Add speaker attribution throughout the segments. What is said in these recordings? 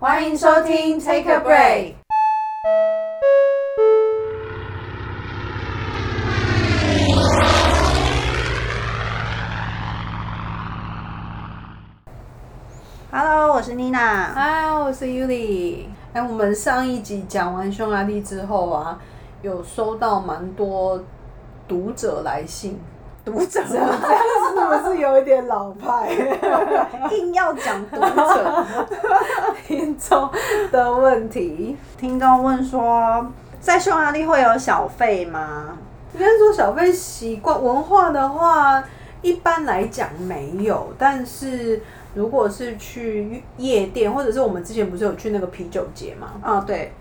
Speaker 1: 欢迎收听 Take a Break。Hello，我是 Nina。
Speaker 2: 嗨，我是 Yuli。哎，我们上一集讲完匈牙利之后啊，有收到蛮多读者来信，
Speaker 1: 读者
Speaker 2: 这样这样是不是有一点老派？
Speaker 1: 硬要讲 读者，
Speaker 2: 听众的问题，
Speaker 1: 听众问说，在匈牙利会有小费吗？
Speaker 2: 应该说小费习惯文化的话，一般来讲没有，但是如果是去夜店，或者是我们之前不是有去那个啤酒节嘛，
Speaker 1: 啊、对，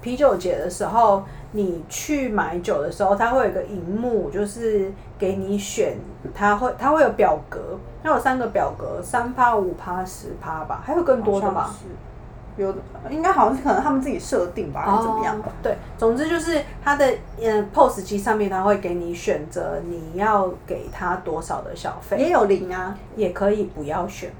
Speaker 2: 啤酒节的时候，你去买酒的时候，它会有一个荧幕，就是给你选，它会它会有表格，它有三个表格，三趴、五趴、十趴吧，还有更多的
Speaker 1: 好
Speaker 2: 吧
Speaker 1: 像。是？有的，应该好像是可能他们自己设定吧，还是怎么样？
Speaker 2: 哦对，总之就是它的嗯 POS 机上面，它会给你选择你要给他多少的小费，
Speaker 1: 也有零 啊，
Speaker 2: 也可以不要选。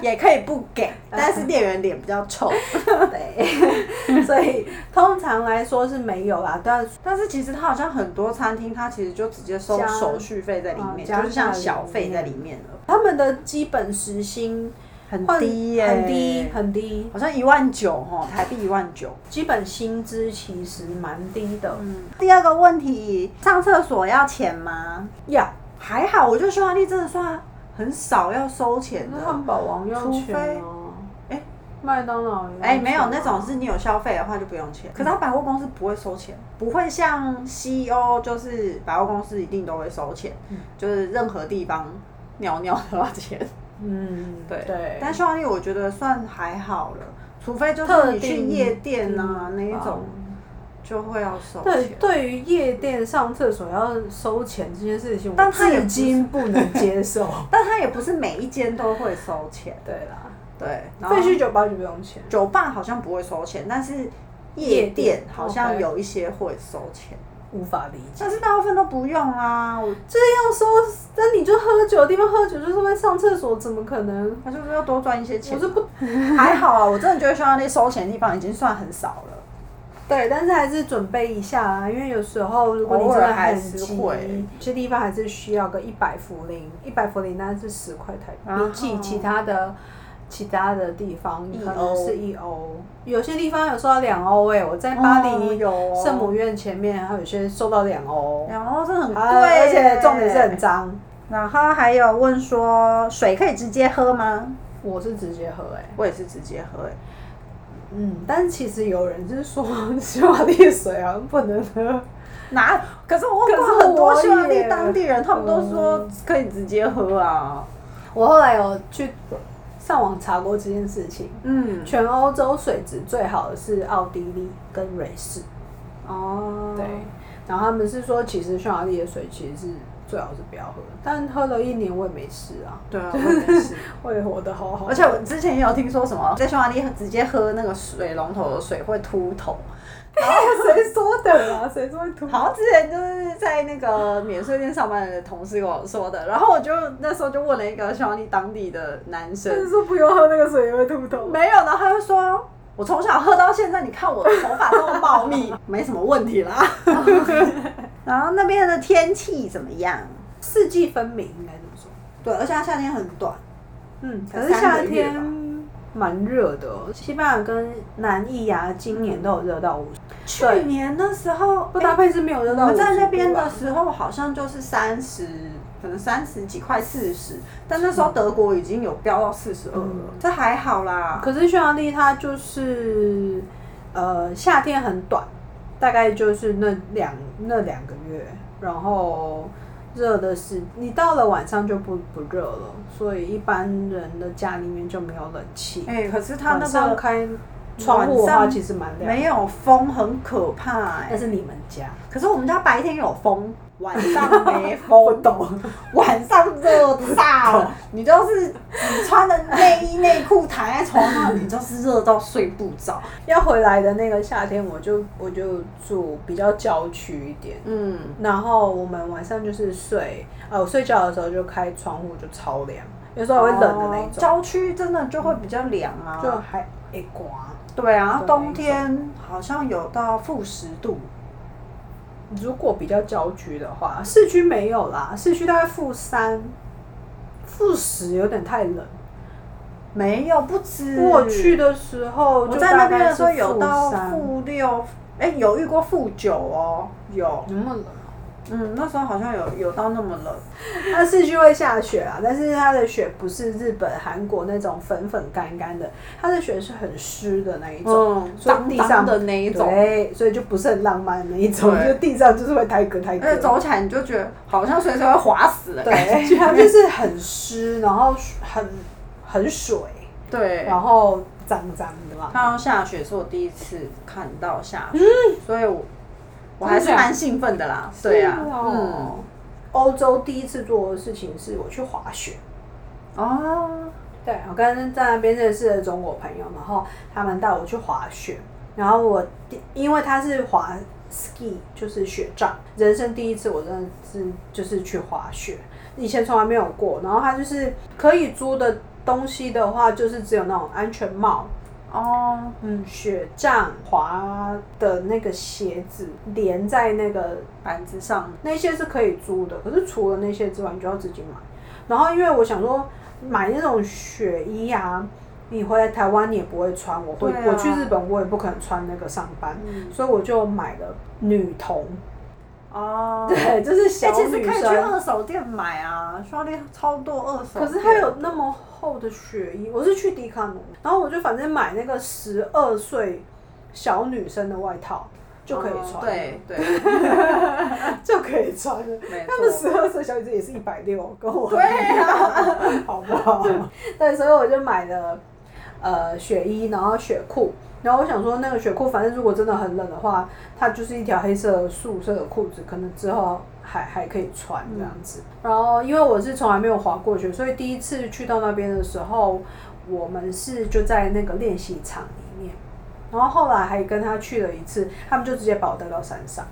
Speaker 1: 也可以不给，但是店员脸比较臭。
Speaker 2: 对，所以通常来说是没有啦，但
Speaker 1: 但是其实它好像很多餐厅，它其实就直接收
Speaker 2: 加
Speaker 1: 手续费在里面，
Speaker 2: 哦加
Speaker 1: 就是像小费在里面了，
Speaker 2: 他们的基本时薪
Speaker 1: 很
Speaker 2: 换
Speaker 1: 低耶、
Speaker 2: 很低，很低，
Speaker 1: 好像一万九哦，台币一万九。
Speaker 2: 基本薪资其实蛮低的，
Speaker 1: 嗯，第二个问题，上厕所要钱吗？
Speaker 2: 呀、
Speaker 1: 还好，我觉得匈牙利真的算很少要收钱的
Speaker 2: 那。汉堡王要
Speaker 1: 除非
Speaker 2: 钱哦、
Speaker 1: 哎
Speaker 2: 麦当劳也要
Speaker 1: 哎、没有
Speaker 2: 钱啊嗯
Speaker 1: 那种是你有消费的话就不用钱，可是它百货公司不会收钱，不会像西欧就是百货公司一定都会收钱，
Speaker 2: 嗯
Speaker 1: 就是任何地方尿尿都要钱。
Speaker 2: 嗯，
Speaker 1: 对
Speaker 2: 对，
Speaker 1: 但匈牙利我觉得算还好了，除非就是
Speaker 2: 特
Speaker 1: 你
Speaker 2: 定
Speaker 1: 去夜店啊
Speaker 2: 地
Speaker 1: 那一种
Speaker 2: 方
Speaker 1: 就会要收
Speaker 2: 嗯对，
Speaker 1: 钱。
Speaker 2: 对于夜店上厕所要收钱这件事情，
Speaker 1: 但
Speaker 2: 我
Speaker 1: 他也
Speaker 2: 至今不能接受。
Speaker 1: 但它也不是每一间都会收钱，
Speaker 2: 对啦，
Speaker 1: 对。然后
Speaker 2: 废墟酒吧就不用钱。
Speaker 1: 酒吧好像不会收钱，但是
Speaker 2: 夜
Speaker 1: 夜
Speaker 2: 店
Speaker 1: 店哦好像
Speaker 2: OK
Speaker 1: 有一些会收钱，
Speaker 2: 无法理解，
Speaker 1: 但是大部分都不用啊。我
Speaker 2: 这要收，那你就喝酒的地方喝酒，就是会上厕所，怎么可能？
Speaker 1: 他就是要多赚一些钱
Speaker 2: 我。是不
Speaker 1: 还好啊，我真的觉得匈牙利收钱的地方已经算很少了。
Speaker 2: 对，但是还是准备一下啊，因为有时候如果你
Speaker 1: 偶
Speaker 2: 真
Speaker 1: 尔
Speaker 2: 的
Speaker 1: 还
Speaker 2: 很
Speaker 1: 是
Speaker 2: 急
Speaker 1: 会，
Speaker 2: 有些地方还是需要个一百福林，一百福林那是十块台
Speaker 1: 然
Speaker 2: 币，
Speaker 1: 后
Speaker 2: 比起其他的其他的地方，
Speaker 1: 啊一
Speaker 2: 可
Speaker 1: 欧
Speaker 2: 能是一欧，有些地方有收到两欧诶，我在巴
Speaker 1: 哦
Speaker 2: 黎
Speaker 1: 有哦
Speaker 2: 圣母院前面，还有些收到两欧，
Speaker 1: 然后这哦很贵、
Speaker 2: 啊而且重点是很脏，
Speaker 1: 然后还有问说，水可以直接喝吗？
Speaker 2: 我是直接喝诶。
Speaker 1: 我也是直接喝、欸，
Speaker 2: 嗯，但其实有人就是说 匈牙利的水好像不能喝，
Speaker 1: 哪？可是我问
Speaker 2: 可是
Speaker 1: 过
Speaker 2: 我
Speaker 1: 很多匈牙利
Speaker 2: 也
Speaker 1: 当地人，他们都说
Speaker 2: 嗯
Speaker 1: 可以直接喝啊。
Speaker 2: 我后来有去上网查过这件事情。
Speaker 1: 嗯，
Speaker 2: 全欧洲水质最好的是奥地利跟瑞士，
Speaker 1: 哦，
Speaker 2: 对。然后他们是说，其实匈牙利的水其实是最好是不要喝，但喝了一年我也没事啊，
Speaker 1: 对啊，我也是。
Speaker 2: 我也活得好好的。
Speaker 1: 而且我之前也有听说什么，在匈牙利直接喝那个水龙头的水会秃头，
Speaker 2: 谁说的 啊？谁说会吐？
Speaker 1: 好像之前就是在那个免税店上班的同事跟我说的，然后我就那时候就问了一个匈牙利当地的男生
Speaker 2: 但，是说不用喝那个水也会吐头。啊
Speaker 1: 没有，然后他就说。我从小喝到现在，你看我的头发这么茂密，没什么问题 啦。然后那边的天气怎么样？
Speaker 2: 四季分明应该怎么说？
Speaker 1: 对，而且它夏天很短，
Speaker 2: 嗯，
Speaker 1: 才
Speaker 2: 可是夏
Speaker 1: 三个月
Speaker 2: 天蛮热的哦，西班牙跟南意啊，今年都有热到五十。
Speaker 1: 去
Speaker 2: 对
Speaker 1: 年的时候，
Speaker 2: 布达佩斯没有热
Speaker 1: 我
Speaker 2: 到50
Speaker 1: 们
Speaker 2: 度吧。啊
Speaker 1: 在那边的时候，好像就是三十，可能三十几快四十，但那时候德国已经有飙到四十二了
Speaker 2: 嗯，
Speaker 1: 这还好啦。
Speaker 2: 可是匈牙利它就是呃夏天很短，大概就是那两那两个月，然后热的是你到了晚上就不不热了，所以一般人的家里面就没有冷气。
Speaker 1: 哎、可是它
Speaker 2: 晚
Speaker 1: 那
Speaker 2: 上
Speaker 1: 个
Speaker 2: 开窗户的
Speaker 1: 晚
Speaker 2: 话，
Speaker 1: 上
Speaker 2: 其实蛮凉。
Speaker 1: 没有风，很可怕哎、
Speaker 2: 那是你们家，
Speaker 1: 可是我们家白天有风，晚上没 风，懂？晚上热炸了，你就是你穿的内衣内裤躺在床上，你就是热到睡不着。
Speaker 2: 要回来的那个夏天，我就我就住比较郊区一点。
Speaker 1: 嗯，
Speaker 2: 然后我们晚上就是睡，呃，我睡觉的时候就开窗户，就超凉。有时候还会冷的那
Speaker 1: 哦
Speaker 2: 一种，
Speaker 1: 郊区真的就会比较凉啊。
Speaker 2: 就还会刮。
Speaker 1: 对啊，
Speaker 2: 对
Speaker 1: 冬天好像有到负十度，
Speaker 2: 如果比较郊区的话，市区没有啦，市区大概负三、负十有点太冷。
Speaker 1: 没有不止。
Speaker 2: 我去，的时候，
Speaker 1: 我在那边的时候
Speaker 2: 就大概是
Speaker 1: 有到
Speaker 2: 三
Speaker 1: 负六，哎，有遇过负九哦，有，
Speaker 2: 那么冷。
Speaker 1: 嗯，那时候好像有有到那么冷。
Speaker 2: 它市区会下雪啊，但是它的雪不是日本、韩国那种粉粉干干的，它的雪是很湿的那一种。
Speaker 1: 嗯，
Speaker 2: 所以
Speaker 1: 脏
Speaker 2: 地
Speaker 1: 脏
Speaker 2: 上
Speaker 1: 的那一种，
Speaker 2: 对，所以就不是很浪漫的那一种，
Speaker 1: 对
Speaker 2: 就地上就是会抬格抬格
Speaker 1: 而且。走起来你就觉得好像随时会滑死欸的感
Speaker 2: 对，它
Speaker 1: 觉。
Speaker 2: 就是很湿，然后很很水，
Speaker 1: 对，
Speaker 2: 然后脏脏的嘛。
Speaker 1: 看到下雪是我第一次看到下雪，
Speaker 2: 嗯
Speaker 1: 所以我我还是
Speaker 2: 真的假的
Speaker 1: 蛮兴奋的啦。对啊，
Speaker 2: 是
Speaker 1: 嗯，
Speaker 2: 哦，欧洲第一次做的事情是我去滑雪。
Speaker 1: 哦，
Speaker 2: 对，我跟在那边认识的中国朋友，然后他们带我去滑雪，然后我第因为他是滑 ski，就是雪仗，人生第一次我真的是就是去滑雪，以前从来没有过。然后他就是可以租的东西的话，就是只有那种安全帽，
Speaker 1: 哦，
Speaker 2: 嗯，雪杖、滑的那个鞋子连在那个
Speaker 1: 板子上，
Speaker 2: 那些是可以租的，可是除了那些之外，你就要自己买。然后因为我想说，买那种雪衣啊，你回来台湾你也不会穿，我会、
Speaker 1: 对啊
Speaker 2: 我去日本我也不可能穿那个上班，
Speaker 1: 嗯，
Speaker 2: 所以我就买了女童，
Speaker 1: 哦，
Speaker 2: 对，就是小
Speaker 1: 哎其实
Speaker 2: 女
Speaker 1: 可以去
Speaker 2: 生。
Speaker 1: 二手店买啊，刷店超多二手店。
Speaker 2: 可
Speaker 1: 哦
Speaker 2: 是它有那么厚的雪衣，我是去迪卡侬，然后我就反正买那个十二岁小女生的外套就可以穿，
Speaker 1: 嗯，对对，
Speaker 2: 就可以穿了。
Speaker 1: 没
Speaker 2: 他们
Speaker 1: 错。
Speaker 2: 十二岁小姐姐也是一百六，跟我
Speaker 1: 对啊，
Speaker 2: 好不好？对，所以我就买了呃雪衣，然后雪裤，然后我想说那个雪裤，反正如果真的很冷的话，它就是一条黑色素色的裤子，可能之后还还可以穿这样子。然后因为我是从来没有滑过雪，所以第一次去到那边的时候，我们是就在那个练习场里面。然后后来还跟他去了一次，他们就直接把我带到山上。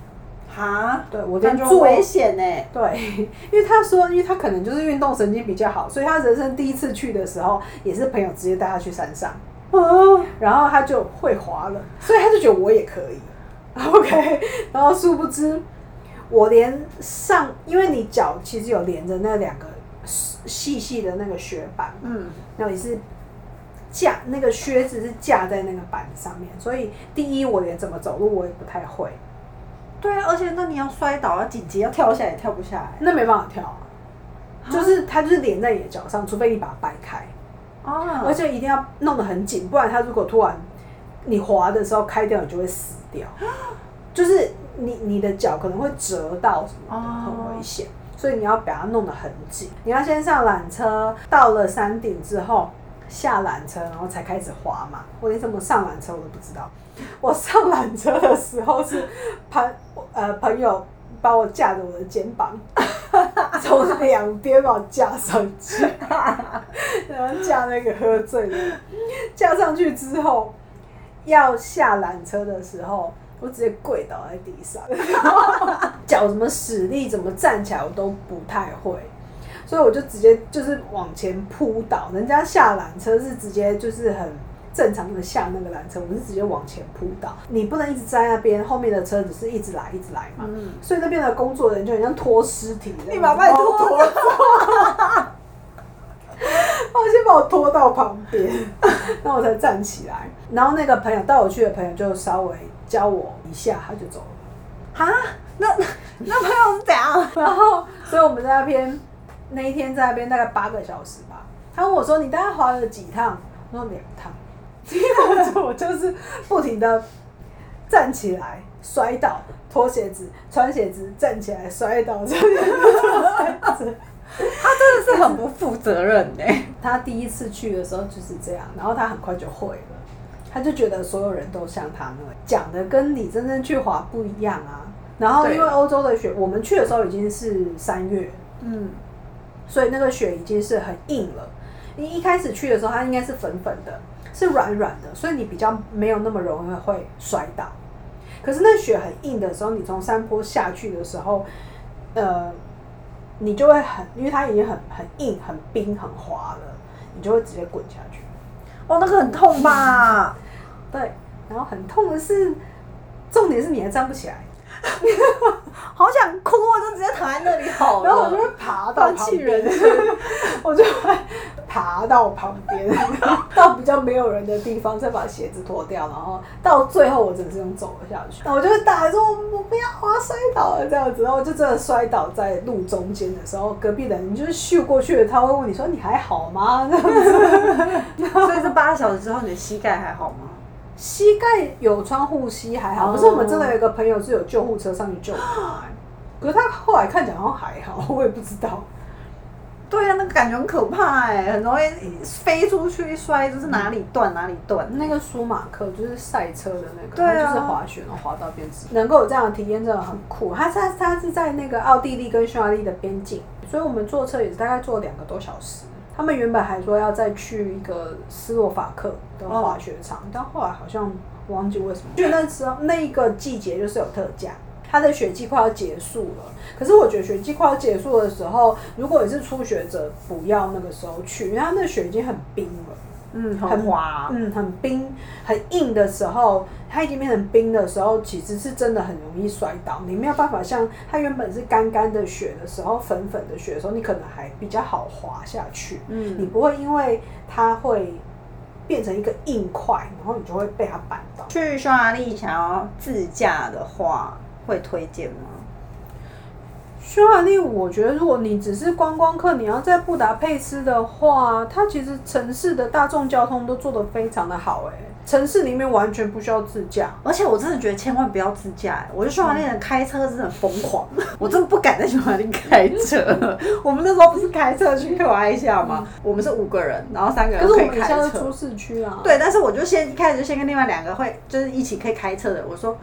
Speaker 1: 哈，
Speaker 2: 对我连
Speaker 1: 感
Speaker 2: 坐
Speaker 1: 觉危险呢。
Speaker 2: 对，因为他说，因为他可能就是运动神经比较好，所以他人生第一次去的时候，也是朋友直接带他去山上，
Speaker 1: 哦，
Speaker 2: 然后他就会滑了，所以他就觉得我也可以，OK。然后殊不知，我连上，因为你脚其实有连着那两个细细的那个雪板，
Speaker 1: 嗯，
Speaker 2: 然后也是架那个靴子是架在那个板上面，所以第一我连怎么走路我也不太会，
Speaker 1: 对啊，而且那你要摔倒，要紧急，要跳下来也跳不下来。
Speaker 2: 那没办法跳啊，就是它就是连在你的脚上，除非你把它掰开。
Speaker 1: 啊，
Speaker 2: 而且一定要弄得很紧，不然它如果突然你滑的时候开掉，你就会死掉，就是你你的脚可能会折到什么的，
Speaker 1: 哦
Speaker 2: 很危险。所以你要把它弄得很紧，你要先上缆车，到了山顶之后下缆车，然后才开始滑嘛。我连怎么上缆车我都不知道。我上缆车的时候是朋呃朋友把我架着我的肩膀， 从两边把我架上去， 然后架那个喝醉的，架上去之后，要下缆车的时候，我直接跪倒在地上， 脚怎么使力，怎么站起来我都不太会，所以我就直接就是往前扑倒。人家下缆车是直接就是很。正常的下那个缆车，我是直接往前扑倒。你不能一直站在那边，后面的车子是一直来一直来嘛。
Speaker 1: 嗯，
Speaker 2: 所以那边的工作人员就很像拖尸体一样，
Speaker 1: 你把外套
Speaker 2: 拖
Speaker 1: 脱了，
Speaker 2: 他先把我拖到旁边， 然后我才站起来。然后那个朋友带我去的朋友就稍微教我一下，他就走了。
Speaker 1: 哈，那那那朋友是怎样？
Speaker 2: 然后，所以我们在那边那一天在那边大概八个小时吧。他问我说：“你大概滑了几趟？”我说：“两趟。” 然后我就是不停的站起来、摔倒、脱鞋子、穿鞋子、站起来、摔倒、穿鞋子、穿鞋子。
Speaker 1: 他真的是很不负责任呢、
Speaker 2: 他第一次去的时候就是这样，然后他很快就会了，他就觉得所有人都像他那样，讲的跟你真正去滑不一样啊。然后因为
Speaker 1: 对
Speaker 2: 欧洲的雪，我们去的时候已经是三月，
Speaker 1: 嗯，
Speaker 2: 所以那个雪已经是很硬了。你一开始去的时候，它应该是粉粉的，是软软的，所以你比较没有那么容易会摔倒。可是那雪很硬的时候，你从山坡下去的时候，呃，你就会很，因为它已经很很硬、很冰、很滑了，你就会直接滚下去。
Speaker 1: 哦，那个很痛吧？
Speaker 2: 对，然后很痛的是，重点是你还站不起来，
Speaker 1: 好想哭啊，就直接躺在那里好了。
Speaker 2: 然后我就会爬到旁
Speaker 1: 嗯放弃人
Speaker 2: 边，
Speaker 1: 生，
Speaker 2: 我就会爬到旁边，到比较没有人的地方，再把鞋子脱掉，然后到最后我只是用走了下去。然后我就会大喊说：“我不要，我要摔倒了！”这样子，然后我就真的摔倒在路中间的时候，隔壁的人就是咻过去，他会问你说：“你还好吗？”这样子
Speaker 1: 所以这八小时之后，你的膝盖还好吗？
Speaker 2: 膝盖有穿护膝还好，
Speaker 1: 哦
Speaker 2: 可是我们真的有一个朋友是有救护车上去救他、可是他后来看起来好像还好，我也不知道。
Speaker 1: 对呀、啊，那个感觉很可怕哎、很容易飞出去一摔，就是哪里断哪里断。
Speaker 2: 那个舒马克就是赛车的那个，
Speaker 1: 对啊
Speaker 2: 他就是滑雪，然后滑到变直。能够有这样的体验真的很酷。他在他是在那个奥地利跟匈牙利的边境，所以我们坐车也是大概坐两个多小时。他们原本还说要再去一个斯洛伐克的滑雪场，但后来好像忘记为什么。哦去那时候那一个季节就是有特价，它的雪季快要结束了。可是我觉得雪季快要结束的时候，如果你是初学者，不要那个时候去，因为它那雪已经很冰了。
Speaker 1: 嗯，
Speaker 2: 很
Speaker 1: 很滑。
Speaker 2: 嗯，很冰、很硬的时候，它已经变成冰的时候，其实是真的很容易摔倒。你没有办法像它原本是干干的雪的时候、粉粉的雪的时候，你可能还比较好滑下去。你
Speaker 1: 嗯，
Speaker 2: 不会因为它会变成一个硬块，然后你就会被它绊倒。
Speaker 1: 去匈牙利想要自驾的话，会推荐吗？
Speaker 2: 匈牙利，我觉得如果你只是观光客，你要在布达佩斯的话，它其实城市的大众交通都做得非常的好、欸，城市里面完全不需要自驾。
Speaker 1: 而且我真的觉得千万不要自驾、欸，我觉得匈牙利人开车真的很疯 狂，我真的不敢在匈牙利开 车。我们那时候不是开车去克罗埃西亚吗？我们是五个人，然后三个
Speaker 2: 可
Speaker 1: 人
Speaker 2: 是我
Speaker 1: 以
Speaker 2: 们现
Speaker 1: 开
Speaker 2: 在
Speaker 1: 车
Speaker 2: 出。市区啊，
Speaker 1: 对，但是我就先一开始就先跟另外两个会就是一起可以开车的，我说，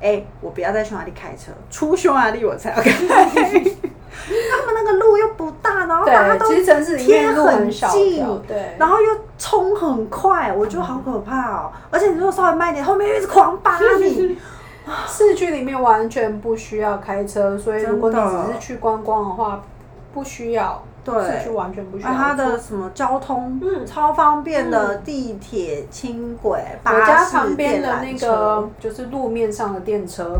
Speaker 1: 哎、我不要在匈牙利开车，出匈牙利我才要开。 他们那个路又不大，然后哦大家
Speaker 2: 对，
Speaker 1: 都
Speaker 2: 其实城市里面路很小
Speaker 1: 贴很
Speaker 2: 条
Speaker 1: 近，
Speaker 2: 对，
Speaker 1: 然后又冲很快，我觉得好可怕哦、而且你如果稍微慢一点，后面又一直狂扒你。
Speaker 2: 市区里面完全不需要开车，所以如果你
Speaker 1: 真的
Speaker 2: 只是去观光的话，不需要，
Speaker 1: 对
Speaker 2: 市区完全不需要。
Speaker 1: 啊，它的什么交通，
Speaker 2: 嗯
Speaker 1: 超方便的地铁、轻轨、巴
Speaker 2: 我
Speaker 1: 士、
Speaker 2: 家旁边的
Speaker 1: 电
Speaker 2: 那
Speaker 1: 缆车
Speaker 2: 个就是路面上的电车，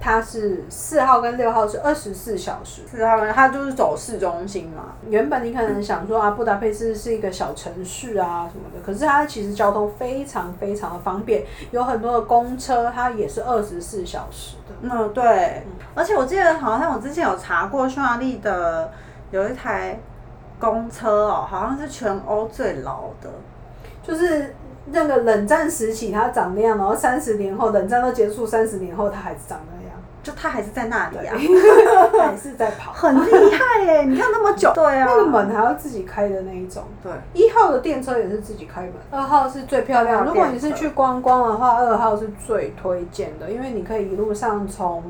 Speaker 2: 它是四号跟六号是二十四小时。
Speaker 1: 是他们，它就是走市中心嘛。
Speaker 2: 原本你可能想说啊，布达佩斯是一个小城市啊什么的，可是它其实交通非常非常的方便，有很多的公车，它也是二十四小时的。
Speaker 1: 嗯，对。而且我记得好像我之前有查过匈牙利的有一台公车哦，好像是全欧最老的。
Speaker 2: 就是那个冷战时期它长那样，然后三十年后冷战都结束，三十年后它还是长那样，
Speaker 1: 就它还是在那里啊，
Speaker 2: 还是在跑。
Speaker 1: 很厉害耶！你看那么久， 对啊，
Speaker 2: 那个门还要自己开的那一种。
Speaker 1: 对，
Speaker 2: 一号的电车也是自己开门，二号是最漂亮。
Speaker 1: 二号
Speaker 2: 如
Speaker 1: 电
Speaker 2: 果
Speaker 1: 车
Speaker 2: 你是去观光的话，二号是最推荐的，因为你可以一路上从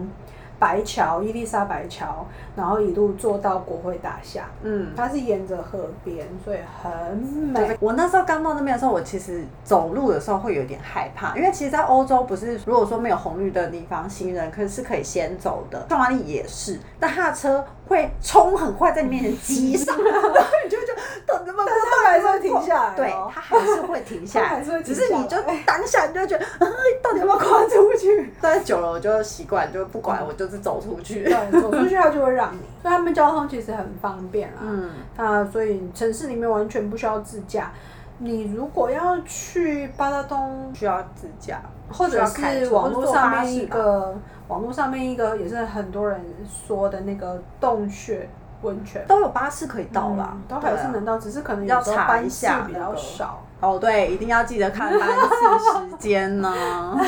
Speaker 2: 白桥、伊丽莎白桥，然后一路坐到国会大厦。
Speaker 1: 嗯，
Speaker 2: 它是沿着河边，所以很
Speaker 1: 对
Speaker 2: 美。
Speaker 1: 我那时候刚到那边的时候，我其实走路的时候会有点害怕，因为其实，在欧洲不是如果说没有红绿灯的地方，行人可是可以先走的，匈牙利也是，但他的车会冲很快在你面前挤上， 然后你就会觉得等着慢慢
Speaker 2: 但是他还是会停下来哦
Speaker 1: 对，他还是会停下
Speaker 2: 它
Speaker 1: 来
Speaker 2: 还是会，停
Speaker 1: 只
Speaker 2: 下来
Speaker 1: 是你就当下你就会觉得，哎，到底要不要跨出去？但是久了我就习惯，就不管，我就是走出去。
Speaker 2: 对，走出去它就会让你， 所以他们交通其实很方便啊。
Speaker 1: 嗯，
Speaker 2: 那所以城市里面完全不需要自驾。你如果要去八达通，
Speaker 1: 嗯需要自驾，
Speaker 2: 或者
Speaker 1: 需要开
Speaker 2: 是
Speaker 1: 车
Speaker 2: 网络上
Speaker 1: 或
Speaker 2: 面
Speaker 1: 者坐巴士
Speaker 2: 一
Speaker 1: 吧
Speaker 2: 个网络上面一个也是很多人说的那个洞穴温泉，
Speaker 1: 都有巴士可以到啦，
Speaker 2: 嗯都还
Speaker 1: 对
Speaker 2: 是
Speaker 1: 啊
Speaker 2: 能到，只是可能
Speaker 1: 要
Speaker 2: 有时候
Speaker 1: 查
Speaker 2: 班
Speaker 1: 一
Speaker 2: 次
Speaker 1: 下
Speaker 2: 比
Speaker 1: 那
Speaker 2: 较
Speaker 1: 个
Speaker 2: 少。
Speaker 1: 哦，对，一定要记得看班次时间呢、 啊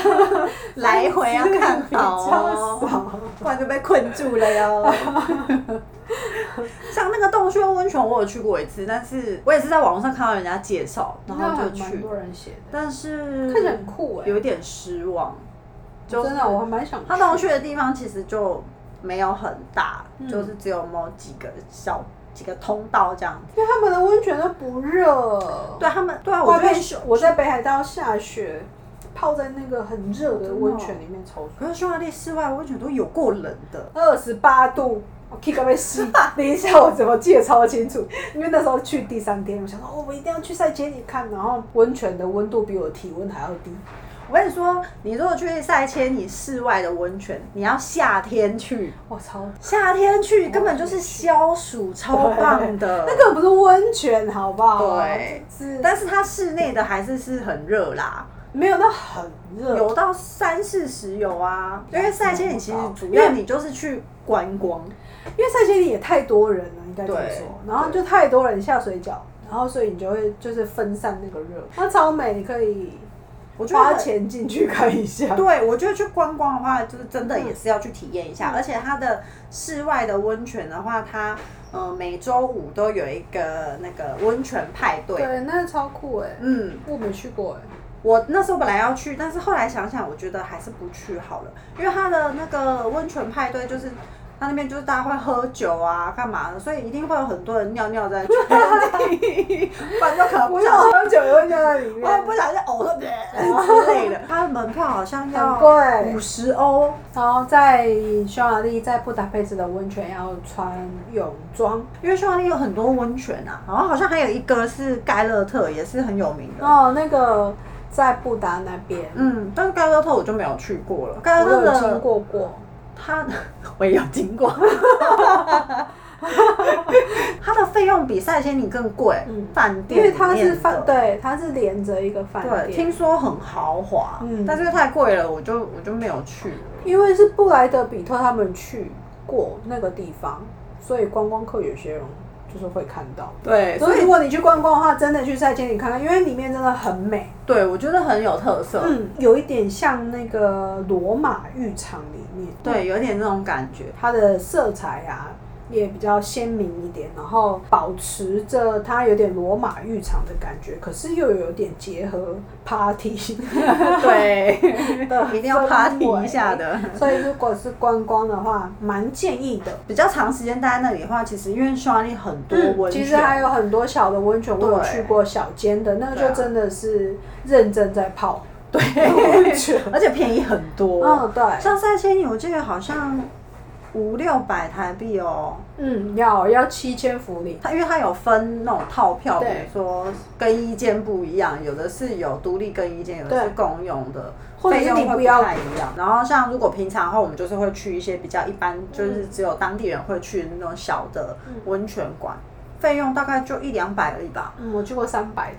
Speaker 1: 来回要看好
Speaker 2: 比较
Speaker 1: 哦，
Speaker 2: 少
Speaker 1: 不然就被困住了哟。 像那个洞穴温泉，我有去过一次，但是我也是在网络上看到人家介绍，然
Speaker 2: 那
Speaker 1: 后就
Speaker 2: 还蛮
Speaker 1: 去，
Speaker 2: 多人写的，
Speaker 1: 但是
Speaker 2: 看起来很酷哎、
Speaker 1: 欸有一点失望，就是
Speaker 2: 真的我还蛮想去。
Speaker 1: 它洞穴的地方其实就没有很大，
Speaker 2: 嗯
Speaker 1: 就是只有某几个小几个通道这样子。
Speaker 2: 因为他们的温泉都不热。
Speaker 1: 对他们，对啊，我
Speaker 2: 外
Speaker 1: 觉
Speaker 2: 面
Speaker 1: 得
Speaker 2: 是我在北海道下雪，泡在那个哦很热的温泉里面抽水，
Speaker 1: 可是匈牙利室外温泉都有够冷的，
Speaker 2: 二十八度，我 K 个被 吸，等一下我怎么记得超清楚？因为那时候去第三天，我想说哦，我一定要去赛前里看，然后温泉的温度比我体温还要低，
Speaker 1: 我跟你说，你如果去赛千里室外的温泉，你要夏天去，
Speaker 2: 我超
Speaker 1: 夏天去根本就是消暑，超棒的。
Speaker 2: 那个不是温泉好不好？
Speaker 1: 对
Speaker 2: 是但
Speaker 1: 但是它室内的还是是很热啦，
Speaker 2: 没有到很热，
Speaker 1: 有到三四十有啊。因为赛千里其实主要你就是去观光，
Speaker 2: 因为赛前里也太多人了，应该这么
Speaker 1: 对
Speaker 2: 说，然后就太多人下水饺，然后所以你就会就是分散那个热，那超美，你可以
Speaker 1: 我觉得
Speaker 2: 花
Speaker 1: 很
Speaker 2: 钱进去看一下。
Speaker 1: 对，我觉得去观光的话，就是真的也是要去体验一下，而且它的室外的温泉的话，它呃每周五都有一个那个温泉派对。
Speaker 2: 对，那超酷哎、
Speaker 1: 嗯，
Speaker 2: 我没去过哎、
Speaker 1: 我那时候本来要去，但是后来想想，我觉得还是不去好了，因为它的那个温泉派对就是。它那边就是大家会喝酒啊，干嘛的，所以一定会有很多人尿尿 在那里，反正可能不
Speaker 2: 我
Speaker 1: 小
Speaker 2: 有
Speaker 1: 心，
Speaker 2: 喝酒，也会尿在里
Speaker 1: 我也
Speaker 2: 面，
Speaker 1: 不哦小心呕了之类的。它的门票好像
Speaker 2: 很
Speaker 1: 要五
Speaker 2: 贵。
Speaker 1: 十欧，
Speaker 2: 然后在匈牙利，在布达佩斯的温泉要穿泳装。
Speaker 1: 因为匈牙利有很多温泉啊，然后好像还有一个是盖勒特，也是很有名的。
Speaker 2: 哦，那个在布达那边，
Speaker 1: 嗯，但是盖勒特我就没有去过了。盖
Speaker 2: 我
Speaker 1: 勒特
Speaker 2: 有经
Speaker 1: 的
Speaker 2: 过过。
Speaker 1: 它，我也有经过。 它的费用比赛仙女更贵
Speaker 2: 嗯，
Speaker 1: 饭
Speaker 2: 因
Speaker 1: 店
Speaker 2: 为它
Speaker 1: 里面
Speaker 2: 是
Speaker 1: 的
Speaker 2: 饭，对，它是连着一个饭
Speaker 1: 对，
Speaker 2: 店，
Speaker 1: 听说很豪华，
Speaker 2: 嗯
Speaker 1: 但是太贵了，我就我就没有去了。
Speaker 2: 因为是布莱德比特他们去过那个地方，所以观光客有些人就是会看到。
Speaker 1: 对
Speaker 2: 所
Speaker 1: 所
Speaker 2: 以
Speaker 1: 以
Speaker 2: 如果你去观光的话，真的去赛前你看看，因为里面真的很美。
Speaker 1: 对我觉得很有特色，
Speaker 2: 嗯，有一点像那个罗马浴场里面，
Speaker 1: 对，有点那种感觉。
Speaker 2: 它的色彩啊也比较鲜明一点，然后保持着它有点罗马浴场的感觉，可是又有点结合 party
Speaker 1: 对，
Speaker 2: 的
Speaker 1: 一定要
Speaker 2: 氛
Speaker 1: party 一下
Speaker 2: 围。
Speaker 1: 的。
Speaker 2: 所以如果是观光的话，蛮建议的。
Speaker 1: 比较长时间待在那里的话，其实因为匈牙利很多
Speaker 2: 嗯
Speaker 1: 温泉，
Speaker 2: 其实还有很多小的温泉，我有
Speaker 1: 对
Speaker 2: 去过小间的，那个
Speaker 1: 对啊
Speaker 2: 就真的是认真在泡温
Speaker 1: 对，
Speaker 2: 泉。
Speaker 1: 而且便宜很多。
Speaker 2: 嗯，对，
Speaker 1: 像三千里，我记得好像五六百台币哦。
Speaker 2: 嗯，要要七千福里，
Speaker 1: 它因为它有分那种套票，比
Speaker 2: 对
Speaker 1: 如说更衣间不一样，有的是有独立更衣间，有的是
Speaker 2: 对
Speaker 1: 共用的。
Speaker 2: 或者
Speaker 1: 费
Speaker 2: 是
Speaker 1: 用
Speaker 2: 你
Speaker 1: 会
Speaker 2: 不要
Speaker 1: 太一样，然后像如果平常的话，我们就是会去一些比较一般，就是只有当地人会去的那种小的
Speaker 2: 嗯
Speaker 1: 温泉馆，费用大概就一两百而已吧。
Speaker 2: 嗯，我去过三百，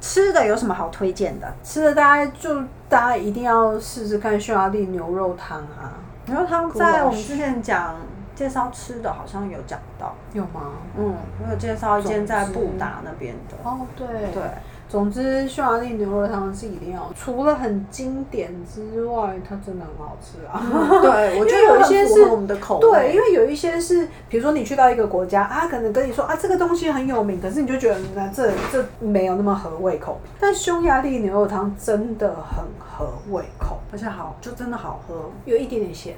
Speaker 1: 吃的有什么好推荐的？
Speaker 2: 吃的大概就大家一定要试试看匈牙利牛肉汤啊，
Speaker 1: 然后他们在我们之前讲介绍吃的，好像有讲到，
Speaker 2: 有吗？
Speaker 1: 嗯，我有介绍一间在布达那边的，
Speaker 2: 哦，对，
Speaker 1: 对，
Speaker 2: 总之匈牙利牛肉汤是一定要，除了很经典之外，它真的很好吃啊。
Speaker 1: 嗯 对，我觉得
Speaker 2: 因为有一
Speaker 1: 很
Speaker 2: 些
Speaker 1: 符合
Speaker 2: 是
Speaker 1: 我们的口
Speaker 2: 对，
Speaker 1: 味，
Speaker 2: 因为有一些是，比如说你去到一个国家啊，可能跟你说啊这个东西很有名，可是你就觉得那这这没有那么合胃口。但匈牙利牛肉汤真的很合胃口，
Speaker 1: 而且好，就真的好喝。
Speaker 2: 有一点点咸。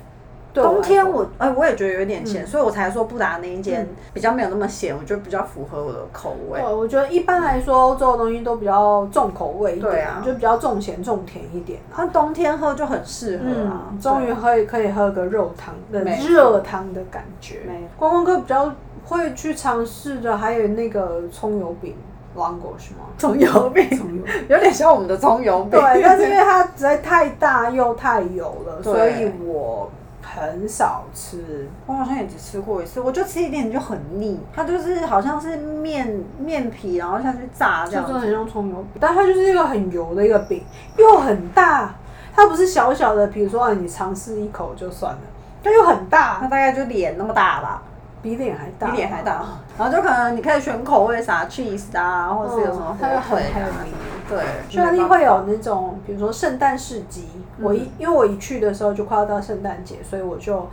Speaker 2: 对
Speaker 1: 冬
Speaker 2: 来
Speaker 1: 天
Speaker 2: 说
Speaker 1: 我哎，我也觉得有点咸，
Speaker 2: 嗯
Speaker 1: 所以我才说布达那一间比较没有那么咸，我觉得比较符合我的口味
Speaker 2: 对，。我觉得一般来说，欧洲的东西都比较重口味一
Speaker 1: 对
Speaker 2: 点，
Speaker 1: 啊
Speaker 2: 就比较重咸重甜一点啊。
Speaker 1: 那冬天喝就很适合啊
Speaker 2: 嗯，，终于可以可以喝个肉汤的
Speaker 1: 没错
Speaker 2: 热汤的感觉
Speaker 1: 没错。
Speaker 2: 观光客比较会去尝试的，还有那个葱油饼 l a n g o 是吗？
Speaker 1: 葱油 饼，
Speaker 2: 葱油饼。
Speaker 1: 有点像我们的葱油饼，
Speaker 2: 对，但是因为它实在太大又太油了，
Speaker 1: 对
Speaker 2: 所以我很少吃。
Speaker 1: 我好像也只吃过一次，我就吃一点就很腻，它就是好像是面面皮，然后下去炸
Speaker 2: 就
Speaker 1: 这样
Speaker 2: 真
Speaker 1: 子
Speaker 2: 的很像葱油饼，但它就是一个很油的一个饼，又很大，它不是小小的，比如说啊你尝试一口就算了，它又很
Speaker 1: 它
Speaker 2: 大，
Speaker 1: 大概就脸那么大吧，
Speaker 2: 比脸还
Speaker 1: 比
Speaker 2: 大，
Speaker 1: 脸还大。然后就可能你可以选口味啥 cheese 啊，或
Speaker 2: 嗯，
Speaker 1: 者是有什么火
Speaker 2: 它又很
Speaker 1: 腿啊，
Speaker 2: heavy
Speaker 1: 对，
Speaker 2: 匈牙利会有那种，比如说圣诞市集，我
Speaker 1: 嗯
Speaker 2: 一因为我一去的时候就快要到圣诞节，所以我就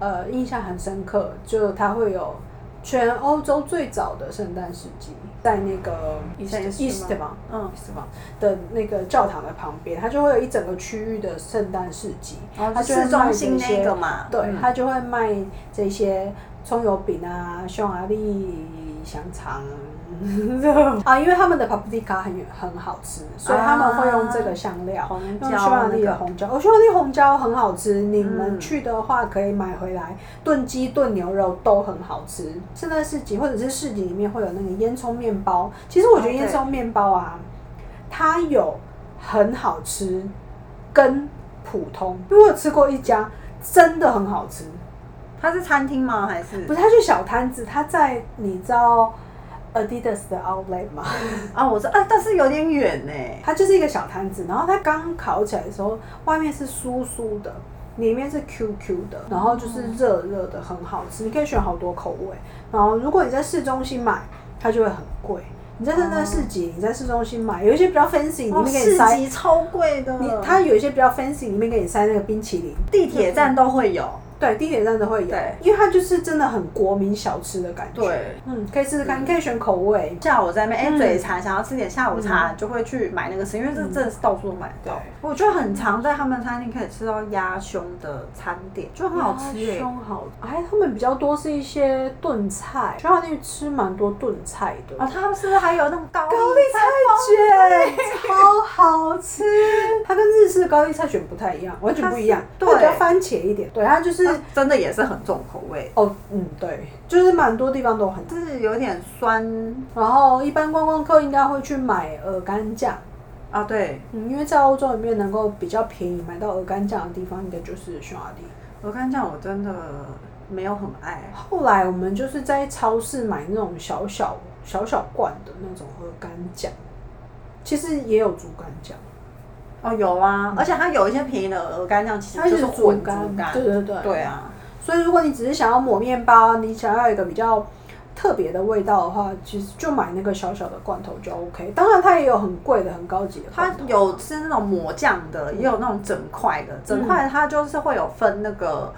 Speaker 2: 呃印象很深刻，就它会有全欧洲最早的圣诞市集，在那个
Speaker 1: 在 East 吗
Speaker 2: East 吧，
Speaker 1: 嗯，
Speaker 2: East 吧的那个教堂的旁边，它就会有一整个区域的圣诞市集，
Speaker 1: 然后
Speaker 2: 它
Speaker 1: 就
Speaker 2: 就会
Speaker 1: 市中心
Speaker 2: 卖这些
Speaker 1: 那个嘛，
Speaker 2: 对，
Speaker 1: 嗯
Speaker 2: 它就会卖这些葱油饼啊、匈牙利香肠。 热啊，因为他们的 paprika 很很好吃，所以他们会用这个香料，
Speaker 1: 红椒
Speaker 2: 用匈牙利
Speaker 1: 那
Speaker 2: 的
Speaker 1: 个
Speaker 2: 红椒。哦，匈牙利红椒很好吃，你们
Speaker 1: 嗯
Speaker 2: 去的话可以买回来炖鸡、炖牛肉都很好吃。现在市集或者是市集里面会有那个烟囱面包，其实我觉得
Speaker 1: 哦
Speaker 2: 烟
Speaker 1: 对
Speaker 2: 囱面包啊，它有很好吃跟普通，因为我吃过一家真的很好吃。
Speaker 1: 它是餐厅吗？还是
Speaker 2: 不是，它就小摊子，它在你知道 Adidas 的 Outlet 吗？
Speaker 1: 啊？我说啊，但是有点远呢。
Speaker 2: 它就是一个小摊子，然后它刚烤起来的时候，外面是酥酥的，里面是 QQ 的，然后就是热热的，很好吃。你可以选好多口味，然后如果你在市中心买，它就会很贵。你在那在市集，你在市中心买，有一些比较 fancy，里面
Speaker 1: 哦
Speaker 2: 给你
Speaker 1: 市
Speaker 2: 塞，
Speaker 1: 集超贵的，
Speaker 2: 你它有一些比较 fancy，里面给你塞那个冰淇淋。
Speaker 1: 地铁站都会有。
Speaker 2: 对，地铁站都会有
Speaker 1: 对，
Speaker 2: 因为它就是真的很国民小吃的感觉。
Speaker 1: 对，
Speaker 2: 嗯，可以试试看，你可以选口味，
Speaker 1: 下午在那边，哎、
Speaker 2: 嗯
Speaker 1: 嘴馋，想要吃点下午茶，就会去买那个吃，因为这真的是到处都买得到
Speaker 2: 对。
Speaker 1: 我觉得很常在他们餐厅可以吃到鸭胸的餐点，就很好吃耶、
Speaker 2: 胸好，哎，他们比较多是一些炖菜，匈牙利吃蛮多炖菜的，
Speaker 1: 啊，他们是不是还有那种高丽
Speaker 2: 菜
Speaker 1: 菜
Speaker 2: 卷超好吃，它跟日式高丽菜卷不太一样，完全不一样，
Speaker 1: 它
Speaker 2: 它
Speaker 1: 是
Speaker 2: 比较番茄一点，对，它就是、
Speaker 1: 是啊真的也是很重口味，
Speaker 2: 哦，嗯，对，就是蛮多地方都很。
Speaker 1: 就是有点酸
Speaker 2: 然后一般观光客应该会去买鹅肝酱，
Speaker 1: 啊，对，
Speaker 2: 嗯，因为在欧洲里面能够比较便宜买到鹅肝酱的地方，应该就是匈牙利。
Speaker 1: 鹅肝酱我真的没有很爱，
Speaker 2: 后来我们就是在超市买那种小小小小罐的那种鹅肝酱，其实也有猪肝酱，
Speaker 1: 哦有啊，而且它有一些便宜的鹅肝酱其实
Speaker 2: 它
Speaker 1: 就是
Speaker 2: 猪
Speaker 1: 混猪肝，
Speaker 2: 对对对，
Speaker 1: 对。啊，
Speaker 2: 所以如果你只是想要抹面包，你想要一个比较特别的味道的话，其实就买那个小小的罐头就 OK。当然，它也有很贵的、很高级的
Speaker 1: 它
Speaker 2: 罐头，
Speaker 1: 有吃那种抹酱的，也有那种整块的，
Speaker 2: 嗯
Speaker 1: 整块它就是会有分那个。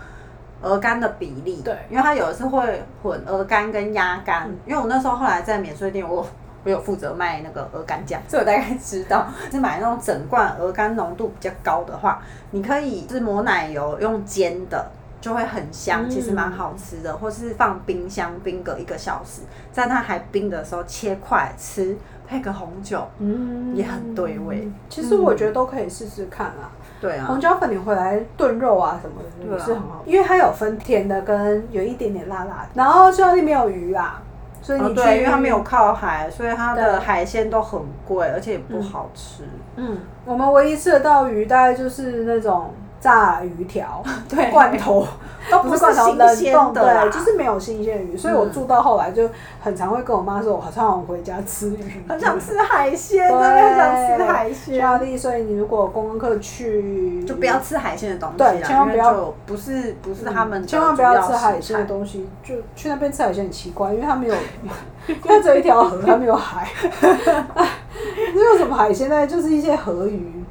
Speaker 1: 鹅肝的比例，
Speaker 2: 对
Speaker 1: 因为它有的是会混鹅肝跟鸭肝，
Speaker 2: 嗯
Speaker 1: 因为我那时候后来在免税店，我我有负责卖那个鹅肝酱，所以我大概知道，是买那种整罐鹅肝浓度比较高的话，你可以是抹奶油用煎的，就会很香，
Speaker 2: 嗯
Speaker 1: 其实蛮好吃的，或是放冰箱冰个一个小时，在它还冰的时候切块吃，配个红酒，
Speaker 2: 嗯
Speaker 1: 也很对味。
Speaker 2: 其实我觉得都可以试试看啊。
Speaker 1: 对啊，
Speaker 2: 红椒粉你回来炖肉啊什么
Speaker 1: 对
Speaker 2: 的
Speaker 1: 啊
Speaker 2: 也是很好，因为它有分甜的跟有一点点辣辣的。然后匈牙利没有鱼啦，所以你
Speaker 1: 哦
Speaker 2: 去、
Speaker 1: 对，因为它没有靠海，所以它的
Speaker 2: 对
Speaker 1: 海鲜都很贵，而且也不好吃。
Speaker 2: 嗯，我们唯一吃得到鱼大概就是那种炸鱼 条、
Speaker 1: 对
Speaker 2: 罐头，
Speaker 1: 都
Speaker 2: 不
Speaker 1: 不
Speaker 2: 是
Speaker 1: 是
Speaker 2: 罐头
Speaker 1: 新
Speaker 2: 冷冻
Speaker 1: 鲜的啦，
Speaker 2: 对，就是没有新鲜鱼。所以我住到后来就很常会跟我妈说，我好像回家吃鱼，
Speaker 1: 很想吃海鲜，
Speaker 2: 对
Speaker 1: 真的很想吃海
Speaker 2: 匈牙
Speaker 1: 鲜。
Speaker 2: 利，所以你如果观光客去，
Speaker 1: 就不要吃海鲜的东西啦，
Speaker 2: 对千万不要
Speaker 1: 因为就不是不是他们的
Speaker 2: 千万不
Speaker 1: 主
Speaker 2: 要吃
Speaker 1: 食
Speaker 2: 海鲜的
Speaker 1: 材
Speaker 2: 东西，就去那边吃海鲜很奇怪，因为它 没有，它只有一条河，它没有 海，那有什么海鲜呢？就是一些河鱼。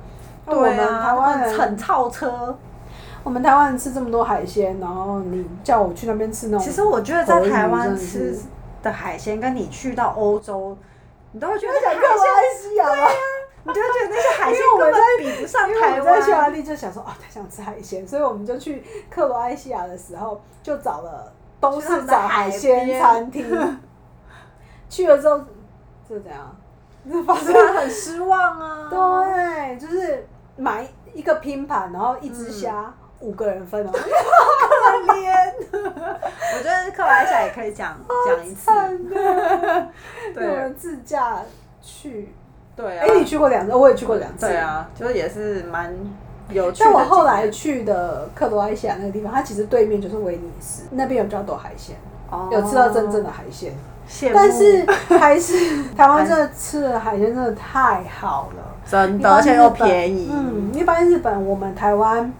Speaker 2: 那我们
Speaker 1: 对啊，
Speaker 2: 台湾
Speaker 1: 那个
Speaker 2: 人，
Speaker 1: 很超车。
Speaker 2: 我们台湾人吃这么多海鲜，然后你叫我去那边吃那种，
Speaker 1: 其实我觉得在台
Speaker 2: 口
Speaker 1: 湾
Speaker 2: 味真
Speaker 1: 吃
Speaker 2: 的是
Speaker 1: 的海鲜，跟你去到欧洲，你都会觉得
Speaker 2: 讲
Speaker 1: 海
Speaker 2: 克罗
Speaker 1: 鲜，
Speaker 2: 埃西亚吧，
Speaker 1: 你就会觉得那些海鲜
Speaker 2: 因为我
Speaker 1: 根
Speaker 2: 们
Speaker 1: 本比不上
Speaker 2: 因为我
Speaker 1: 台
Speaker 2: 们在匈牙
Speaker 1: 湾。
Speaker 2: 利就想说啊，太想吃海鲜，所以我们就去克罗埃西亚的时候就找了都
Speaker 1: 去他
Speaker 2: 是
Speaker 1: 们的
Speaker 2: 找
Speaker 1: 海
Speaker 2: 海鲜
Speaker 1: 边
Speaker 2: 餐厅，去了之后就怎样，就发
Speaker 1: 是
Speaker 2: 现
Speaker 1: 吧？很失望 啊。
Speaker 2: 对，就是买一个拼盘，然后一只虾、五个人分哦，
Speaker 1: 可怜。 我觉得克莱夏也可以讲讲一次。
Speaker 2: 惨
Speaker 1: 啊
Speaker 2: 的，有
Speaker 1: 对
Speaker 2: 人自驾去。
Speaker 1: 对啊。
Speaker 2: 哎、你去过两次，我也去过两次。
Speaker 1: 对。啊，就是也是蛮有趣的
Speaker 2: 但
Speaker 1: 经验。
Speaker 2: 我后来去的克罗埃西亚那个地方，它其实对面就是威尼斯，那边有比较多海鲜，
Speaker 1: 哦
Speaker 2: 有吃到真正的海鲜。
Speaker 1: 羡慕，
Speaker 2: 但是还 是台湾真的吃的海鲜真的太好了。
Speaker 1: 真
Speaker 2: 一
Speaker 1: 的，
Speaker 2: 般
Speaker 1: 而且又
Speaker 2: 日本
Speaker 1: 便宜。
Speaker 2: 嗯，一般日本我们台湾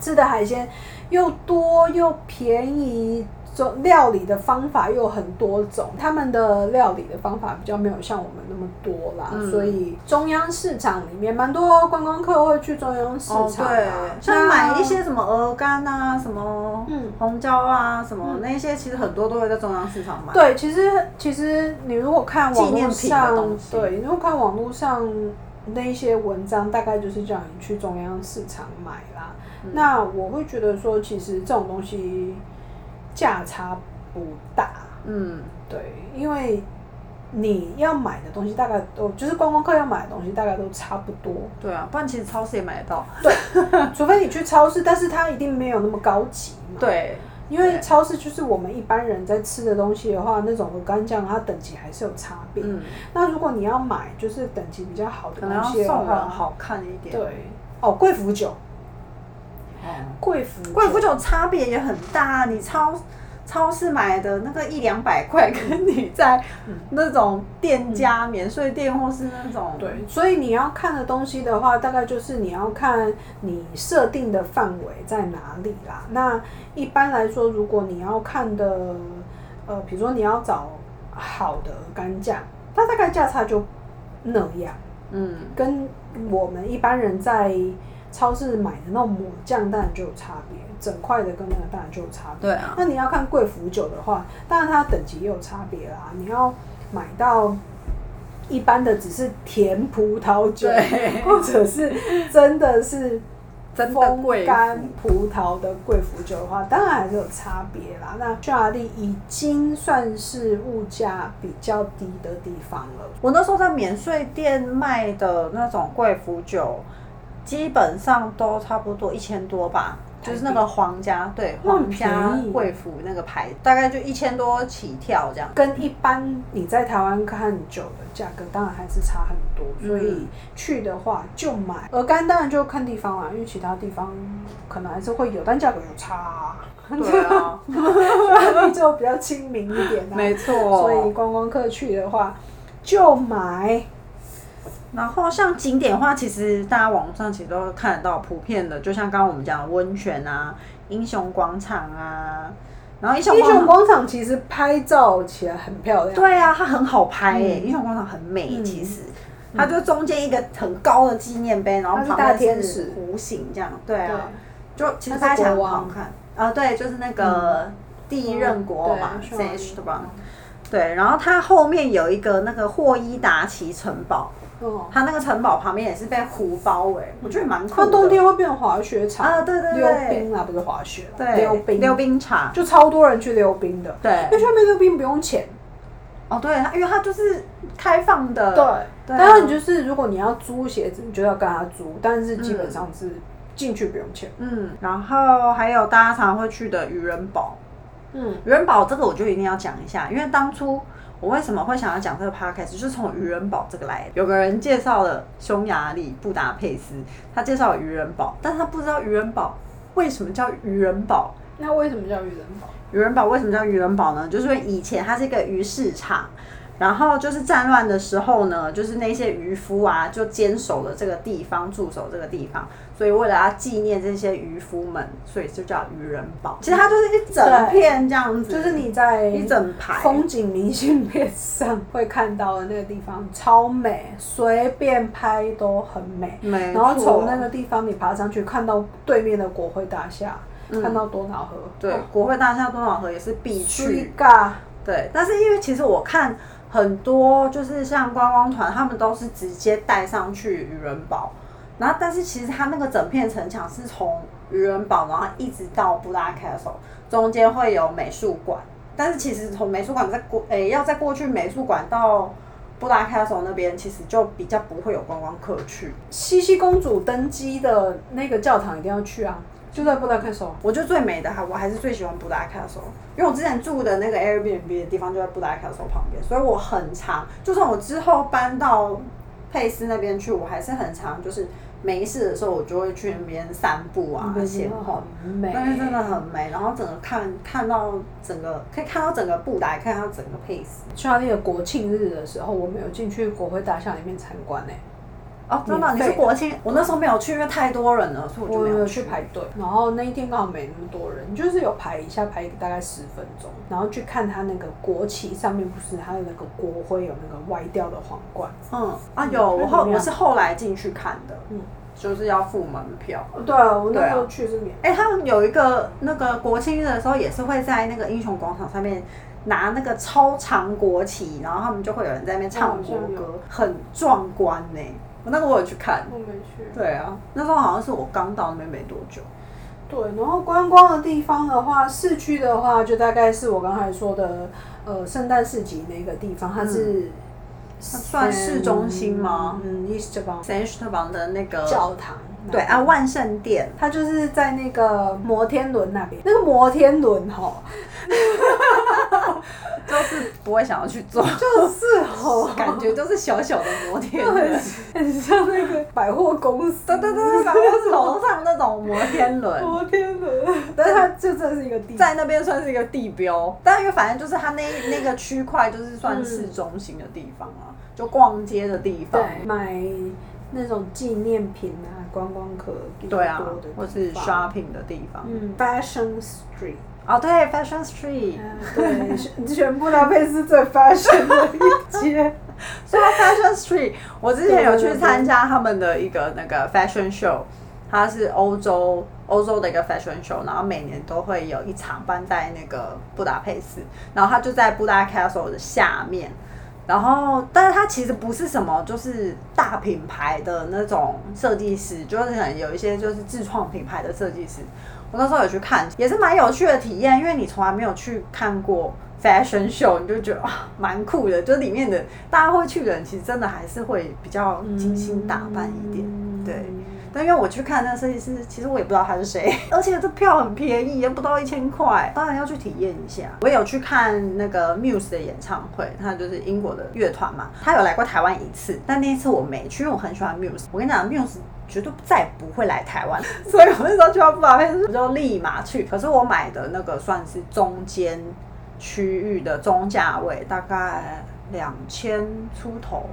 Speaker 2: 吃的海鲜又多又便宜，做料理的方法又很多种，他们的料理的方法比较没有像我们那么多啦，
Speaker 1: 嗯
Speaker 2: 所以中央市场里面蛮多观光客会去中央市
Speaker 1: 哦，
Speaker 2: 场、啊
Speaker 1: 对，像
Speaker 2: 那
Speaker 1: 买一些什么鹅肝啊，什么
Speaker 2: 嗯
Speaker 1: 红椒啊，什么那些，其实很多都会在中央市场买。
Speaker 2: 对，其实其实你如果看
Speaker 1: 纪
Speaker 2: 网
Speaker 1: 念
Speaker 2: 络
Speaker 1: 品的
Speaker 2: 上
Speaker 1: 东，西
Speaker 2: 对，你如果看网络上那一些文章，大概就是叫你去中央市场买啦。
Speaker 1: 嗯
Speaker 2: 那我会觉得说，其实这种东西价差不大，
Speaker 1: 嗯，
Speaker 2: 对，因为你要买的东西大概都就是观光客要买的东西大概都差不 多，
Speaker 1: 对啊，不然其实超市也买得到。
Speaker 2: 除非你去超市，但是它一定没有那么高级嘛。，
Speaker 1: 对，
Speaker 2: 因为
Speaker 1: 对
Speaker 2: 超市就是我们一般人在吃的东西的话，那种鹅肝酱它等级还是有差别。
Speaker 1: 嗯，
Speaker 2: 那如果你要买就是等级比较好的
Speaker 1: 可能要
Speaker 2: 东西的
Speaker 1: 送人
Speaker 2: 话，
Speaker 1: 好看一点。
Speaker 2: 对，哦，贵腐酒，
Speaker 1: 哦，
Speaker 2: 贵腐
Speaker 1: 贵腐酒差别也很大，你超超市买的那个一两百块，跟你在
Speaker 2: 嗯
Speaker 1: 那种店家、免税店或是那种
Speaker 2: 对，所以你要看的东西的话，大概就是你要看你设定的范围在哪里啦。那一般来说，如果你要看的，呃，比如说你要找好的干价，它大概价差就那样，
Speaker 1: 嗯，
Speaker 2: 跟我们一般人在超市买的那种抹酱当然就有差别，整块的跟那个当然就有差别。
Speaker 1: 对啊，
Speaker 2: 那你要看贵腐酒的话，当然它等级也有差别啦。你要买到一般的只是甜葡萄酒，
Speaker 1: 对
Speaker 2: 或者是真的是
Speaker 1: 真的
Speaker 2: 风
Speaker 1: 贵
Speaker 2: 干葡萄的贵腐酒的话，当然还是有差别啦。那匈牙利已经算是物价比较低的地方了。
Speaker 1: 我那时候在免税店卖的那种贵腐酒，基本上都差不多一千多吧，
Speaker 2: 台币
Speaker 1: 就是那个皇家对
Speaker 2: 那很
Speaker 1: 皇家
Speaker 2: 便宜
Speaker 1: 贵腐那个牌，大概就一千多起跳 这样。
Speaker 2: 跟一般你在台湾看酒的价格，当然还是差很多。
Speaker 1: 嗯
Speaker 2: 所以去的话就买鹅肝，当然就看地方啦，因为其他地方可能还是会有，但价格有差、 啊，
Speaker 1: 对啊，
Speaker 2: 所以就比较亲民一点啦、
Speaker 1: 没错。
Speaker 2: 所以观光客去的话，就买
Speaker 1: 然后像景点的话，其实大家网络上其实都看得到普遍的，就像刚刚我们讲的温泉啊、英雄广场啊，然后英雄
Speaker 2: 英
Speaker 1: 广场
Speaker 2: 雄广场，其实拍照起来很漂亮。
Speaker 1: 对啊，它很好拍耶、
Speaker 2: 嗯
Speaker 1: 英雄广场很美、
Speaker 2: 嗯
Speaker 1: 其实。它就中间一个很高的纪念碑，然后
Speaker 2: 它是
Speaker 1: 旁
Speaker 2: 大
Speaker 1: 边
Speaker 2: 天
Speaker 1: 是
Speaker 2: 使
Speaker 1: 弧形这样，对
Speaker 2: 对
Speaker 1: 啊，就其实
Speaker 2: 它
Speaker 1: 大
Speaker 2: 是
Speaker 1: 家
Speaker 2: 国
Speaker 1: 很好
Speaker 2: 王
Speaker 1: 看啊，对，就是那个呃第一任国王嘛
Speaker 2: 嗯对匈牙利
Speaker 1: Sage 的吧，对，然后它后面有一个那个霍伊达奇城堡，
Speaker 2: 哦，
Speaker 1: 它那个城堡旁边也是被湖包围，我觉得蛮酷
Speaker 2: 嗯它
Speaker 1: 的。
Speaker 2: 冬天会变成滑雪场
Speaker 1: 啊对对对
Speaker 2: 溜冰啊，不是滑雪啦，
Speaker 1: 对
Speaker 2: 溜冰，啊
Speaker 1: 溜冰场，
Speaker 2: 就超多人去溜冰的。
Speaker 1: 对
Speaker 2: 因为去那边溜冰不用钱，
Speaker 1: 哦对，它因为它就是开放的，
Speaker 2: 对，
Speaker 1: 对啊
Speaker 2: 当然你就是如果你要租鞋子，你就要跟他租，但是基本上是进去不用钱。
Speaker 1: 嗯，然后还有大家常会去的渔人堡，
Speaker 2: 嗯，
Speaker 1: 渔人堡这个我就一定要讲一下，因为当初我为什么会想要讲这个 podcast，就是从渔人堡这个来的。有个人介绍了匈牙利布达佩斯，他介绍了渔人堡，但他不知道渔人堡为什么叫渔人堡。
Speaker 2: 那为什么叫渔人堡？
Speaker 1: 渔人堡为什么叫渔人堡呢？就是因为以前它是一个鱼市场，然后就是战乱的时候呢，就是那些渔夫啊，就坚守了这个地方，驻守这个地方，所以为了要纪念这些渔夫们，所以就叫渔人堡。其实它就是一整片这样子，
Speaker 2: 就是你在
Speaker 1: 一整排。
Speaker 2: 风景明信片上会看到的那个地方超美，随便拍都很美。
Speaker 1: 没
Speaker 2: 然后
Speaker 1: 错
Speaker 2: 从那个地方你爬上去，看到对面的国会大厦，看到多瑙河，哦
Speaker 1: 对国会大厦、多瑙河也是必去
Speaker 2: 去。嘎，
Speaker 1: 对，但是因为其实我看很多就是像观光团，他们都是直接带上去渔人堡，然后但是其实它那个整片城墙是从渔人堡，然后一直到布拉 castle，中间会有美术馆，但是其实从美术馆再过，诶、要再过去美术馆到布拉 castle 那边，其实就比较不会有观光客去。
Speaker 2: 茜茜公主登基的那个教堂一定要去啊，就在布达佩斯。
Speaker 1: 我觉得最美的还我还是最喜欢布达 castle，因为我之前住的那个 Airbnb 的地方就在布达 castle 旁边，所以我很常，就算我之后搬到佩斯那边去，我还是很常就是没事的时候，我就会去那边散步
Speaker 2: 嗯
Speaker 1: 啊、闲晃。
Speaker 2: 很美，
Speaker 1: 那边真的很美，然后整个看看到整个可以看到整个布达，也看到整个佩斯。
Speaker 2: 匈牙利的国庆日的时候，我们有进去国会大厦里面参观呢、欸
Speaker 1: 哦，真的，
Speaker 2: 免
Speaker 1: 你
Speaker 2: 费
Speaker 1: 是国庆，我那时候没有去，因为太多人了，所以我就
Speaker 2: 我
Speaker 1: 没
Speaker 2: 有
Speaker 1: 有
Speaker 2: 去
Speaker 1: 去。
Speaker 2: 排队，然后那一天刚好没那么多人，就是有排一下，排大概十分钟，然后去看他那个国旗上面不是他的那个国徽有那个歪掉的皇冠，
Speaker 1: 嗯啊，有我后我是后来进去看的，
Speaker 2: 嗯
Speaker 1: 就是要付门票。
Speaker 2: 对啊，我
Speaker 1: 对
Speaker 2: 那
Speaker 1: 啊
Speaker 2: 时候去是免，
Speaker 1: 哎、他们有一个那个国庆日的时候，也是会在那个英雄广场上面拿那个超长国旗，然后他们就会有人在那边唱国
Speaker 2: 嗯好像
Speaker 1: 歌，很壮观呢、我那个我有去看，
Speaker 2: 我没去。
Speaker 1: 对啊，那时候好像是我刚到那边没多久。
Speaker 2: 对，然后观光的地方的话，市区的话，就大概是我刚才说的，呃，圣诞市集那个地方，它是
Speaker 1: 算市中心吗？
Speaker 2: 嗯，East 邦
Speaker 1: s a n s t e b a n 的那个
Speaker 2: 教堂。
Speaker 1: 对啊，万圣殿。
Speaker 2: 它就是在那个摩天轮那边，那个摩天轮吼，
Speaker 1: 就是不会想要去做，
Speaker 2: 就是吼，
Speaker 1: 感觉就是小小的摩天
Speaker 2: 就很
Speaker 1: 轮，
Speaker 2: 很像那个百货公司，
Speaker 1: 对对对，然后楼上那种摩天轮，
Speaker 2: 摩天轮，但是它就真的是一个地，
Speaker 1: 在那边算是一个地标，但因为反正就是它那那个区块就是算市中心的地方啊，就逛街的地方，
Speaker 2: 对买那种纪念品啊，观光客比较
Speaker 1: 对啊
Speaker 2: 多的地，
Speaker 1: 或是
Speaker 2: 方
Speaker 1: shopping 的地方，
Speaker 2: 嗯，Fashion Street，
Speaker 1: 哦对，Fashion Street，
Speaker 2: 嗯对，全 全布达佩斯最 fashion 的一街，
Speaker 1: 所以它 Fashion Street，我之前有
Speaker 2: 对对
Speaker 1: 去
Speaker 2: 对
Speaker 1: 参加他们的一个那个 Fashion Show，它是欧洲欧洲的一个 Fashion Show，然后每年都会有一场办在那个布达佩斯，然后它就在布达 Castle 的下面。然后，但是它其实不是什么，就是大品牌的那种设计师，就是可能有一些就是自创品牌的设计师。我那时候有去看，也是蛮有趣的体验，因为你从来没有去看过 fashion show，你就觉得哇，蛮酷的。就里面的大家会去的人，其实真的还是会比较精心打扮一点。
Speaker 2: 嗯
Speaker 1: 对但因为我去看那个设计师，其实我也不知道他是谁， 而且这票很便宜，也不到一千块，当然要去体验一下。我有去看那个 Muse 的演唱会，他就是英国的乐团嘛，他有来过台湾一次，但那一次我没去，因为我很喜欢 Muse。我跟你讲，Muse。绝对再也不会来台湾， 所以我那时候去到布达佩斯，我就立马去。可是我买的那个算是中间区域的中价位，大概两千出头。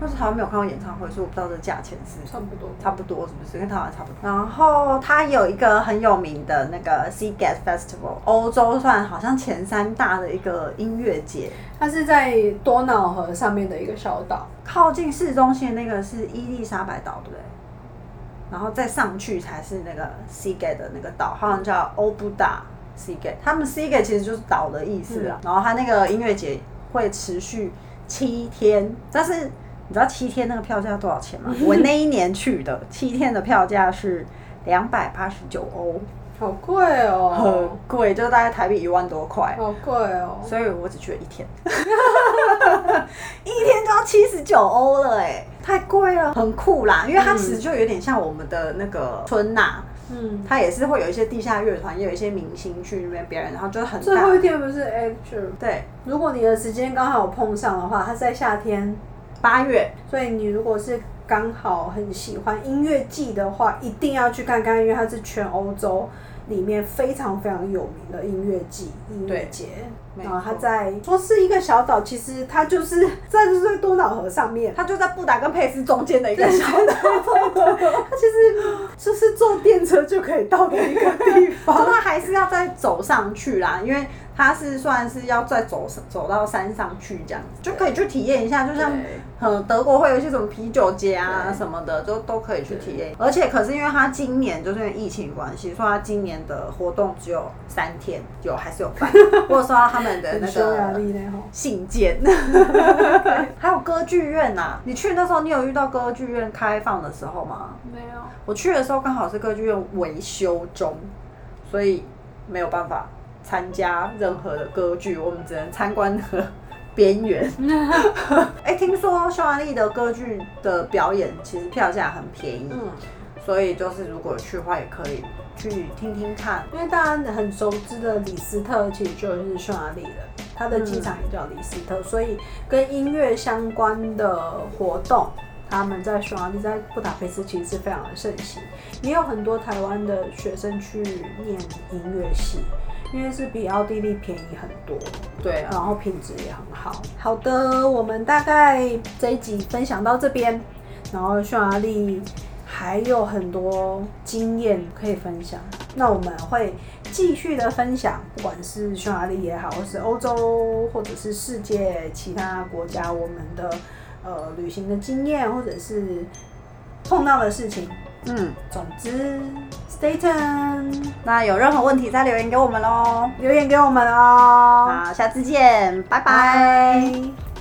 Speaker 1: 但是台湾没有看过演唱会，所以我不知道这价钱是
Speaker 2: 差不多，
Speaker 1: 差不多是不是？跟台湾差不多。然后它有一个很有名的那个 Sea Gas Festival，欧洲算好像前三大的一个音乐节。
Speaker 2: 它是在多瑙河上面的一个小岛，
Speaker 1: 靠近市中心的那个是伊丽莎白岛，对不对？然后再上去才是那个 Sea Gate 的那个岛，好像叫欧布达 Sea Gate。他们 Sea Gate 其实就是岛的意思啊。然后它那个音乐节会持续七天，但是你知道七天那个票价多少钱吗？我那一年去的，七天的票价是两百八十九欧，
Speaker 2: 好贵
Speaker 1: 很
Speaker 2: 哦，
Speaker 1: 贵，就大概台币一万多块。
Speaker 2: 好贵哦，
Speaker 1: 所以我只去了一天， 一天就要七十九欧了哎、太贵了，很酷啦，因为它其实就有点像我们的那个春呐、
Speaker 2: 嗯，
Speaker 1: 它也是会有一些地下乐团，也有一些明星去那边表演，然后就很
Speaker 2: 最
Speaker 1: 大
Speaker 2: 后，一天不是 April，
Speaker 1: 对，
Speaker 2: 如果你的时间刚好碰上的话，它是在夏天，
Speaker 1: 八月，
Speaker 2: 所以你如果是刚好很喜欢音乐季的话，一定要去看看，因为它是全欧洲里面非常非常有名的音乐季音乐节。
Speaker 1: 没
Speaker 2: 然后它
Speaker 1: 错
Speaker 2: 在说是一个小岛，其实它就是在就是在多瑙河上面，
Speaker 1: 它就在布达跟佩斯中间的一个小岛，
Speaker 2: 它其实就是坐电车就可以到的一个地
Speaker 1: 就
Speaker 2: 方。
Speaker 1: 它还是要再走上去啦，因为它是算是要再走走到山上去这样子，就可以去体验一下，就像
Speaker 2: 对
Speaker 1: 嗯，德国会有一些什么啤酒节啊
Speaker 2: 对
Speaker 1: 什么的，就都可以去体验。而且可是因为它今年就是因为疫情关系，所以它今年的活动只有三天，有还是有 办，我有收到他们的
Speaker 2: 很
Speaker 1: 那
Speaker 2: 匈牙
Speaker 1: 个
Speaker 2: 利那吼，
Speaker 1: 信 件，还有歌剧院呐、你去那时候你有遇到歌剧院开放的时候吗？
Speaker 2: 没有。
Speaker 1: 我去的时候刚好是歌剧院维修中，所以没有办法参加任何的歌剧，我们只能参观和 边缘。哎、听说匈牙利的歌剧的表演其实票价很便宜，
Speaker 2: 嗯，
Speaker 1: 所以就是如果有去的话也可以去听听看。
Speaker 2: 因为大家很熟知的李斯特其实就是匈牙利人，他的机场也叫李斯特，所以跟音乐相关的活动，他们在匈牙利在布达佩斯其实是非常的盛行，也有很多台湾的学生去念音乐系，因为是比奥地利便宜很多。
Speaker 1: 对啊，
Speaker 2: 然后品质也很好。好的，我们大概这一集分享到这边，然后匈牙利还有很多经验可以分享。那我们会继续的分享，不管是匈牙利也好，或是欧洲，或者是世界其他国家，我们的呃旅行的经验，或者是碰到的事情。
Speaker 1: 嗯，
Speaker 2: 总之，Stay tuned，
Speaker 1: 那有任何问题再留言给我们喽。
Speaker 2: 留言给我们哦，
Speaker 1: 那下次见，拜拜。
Speaker 2: 拜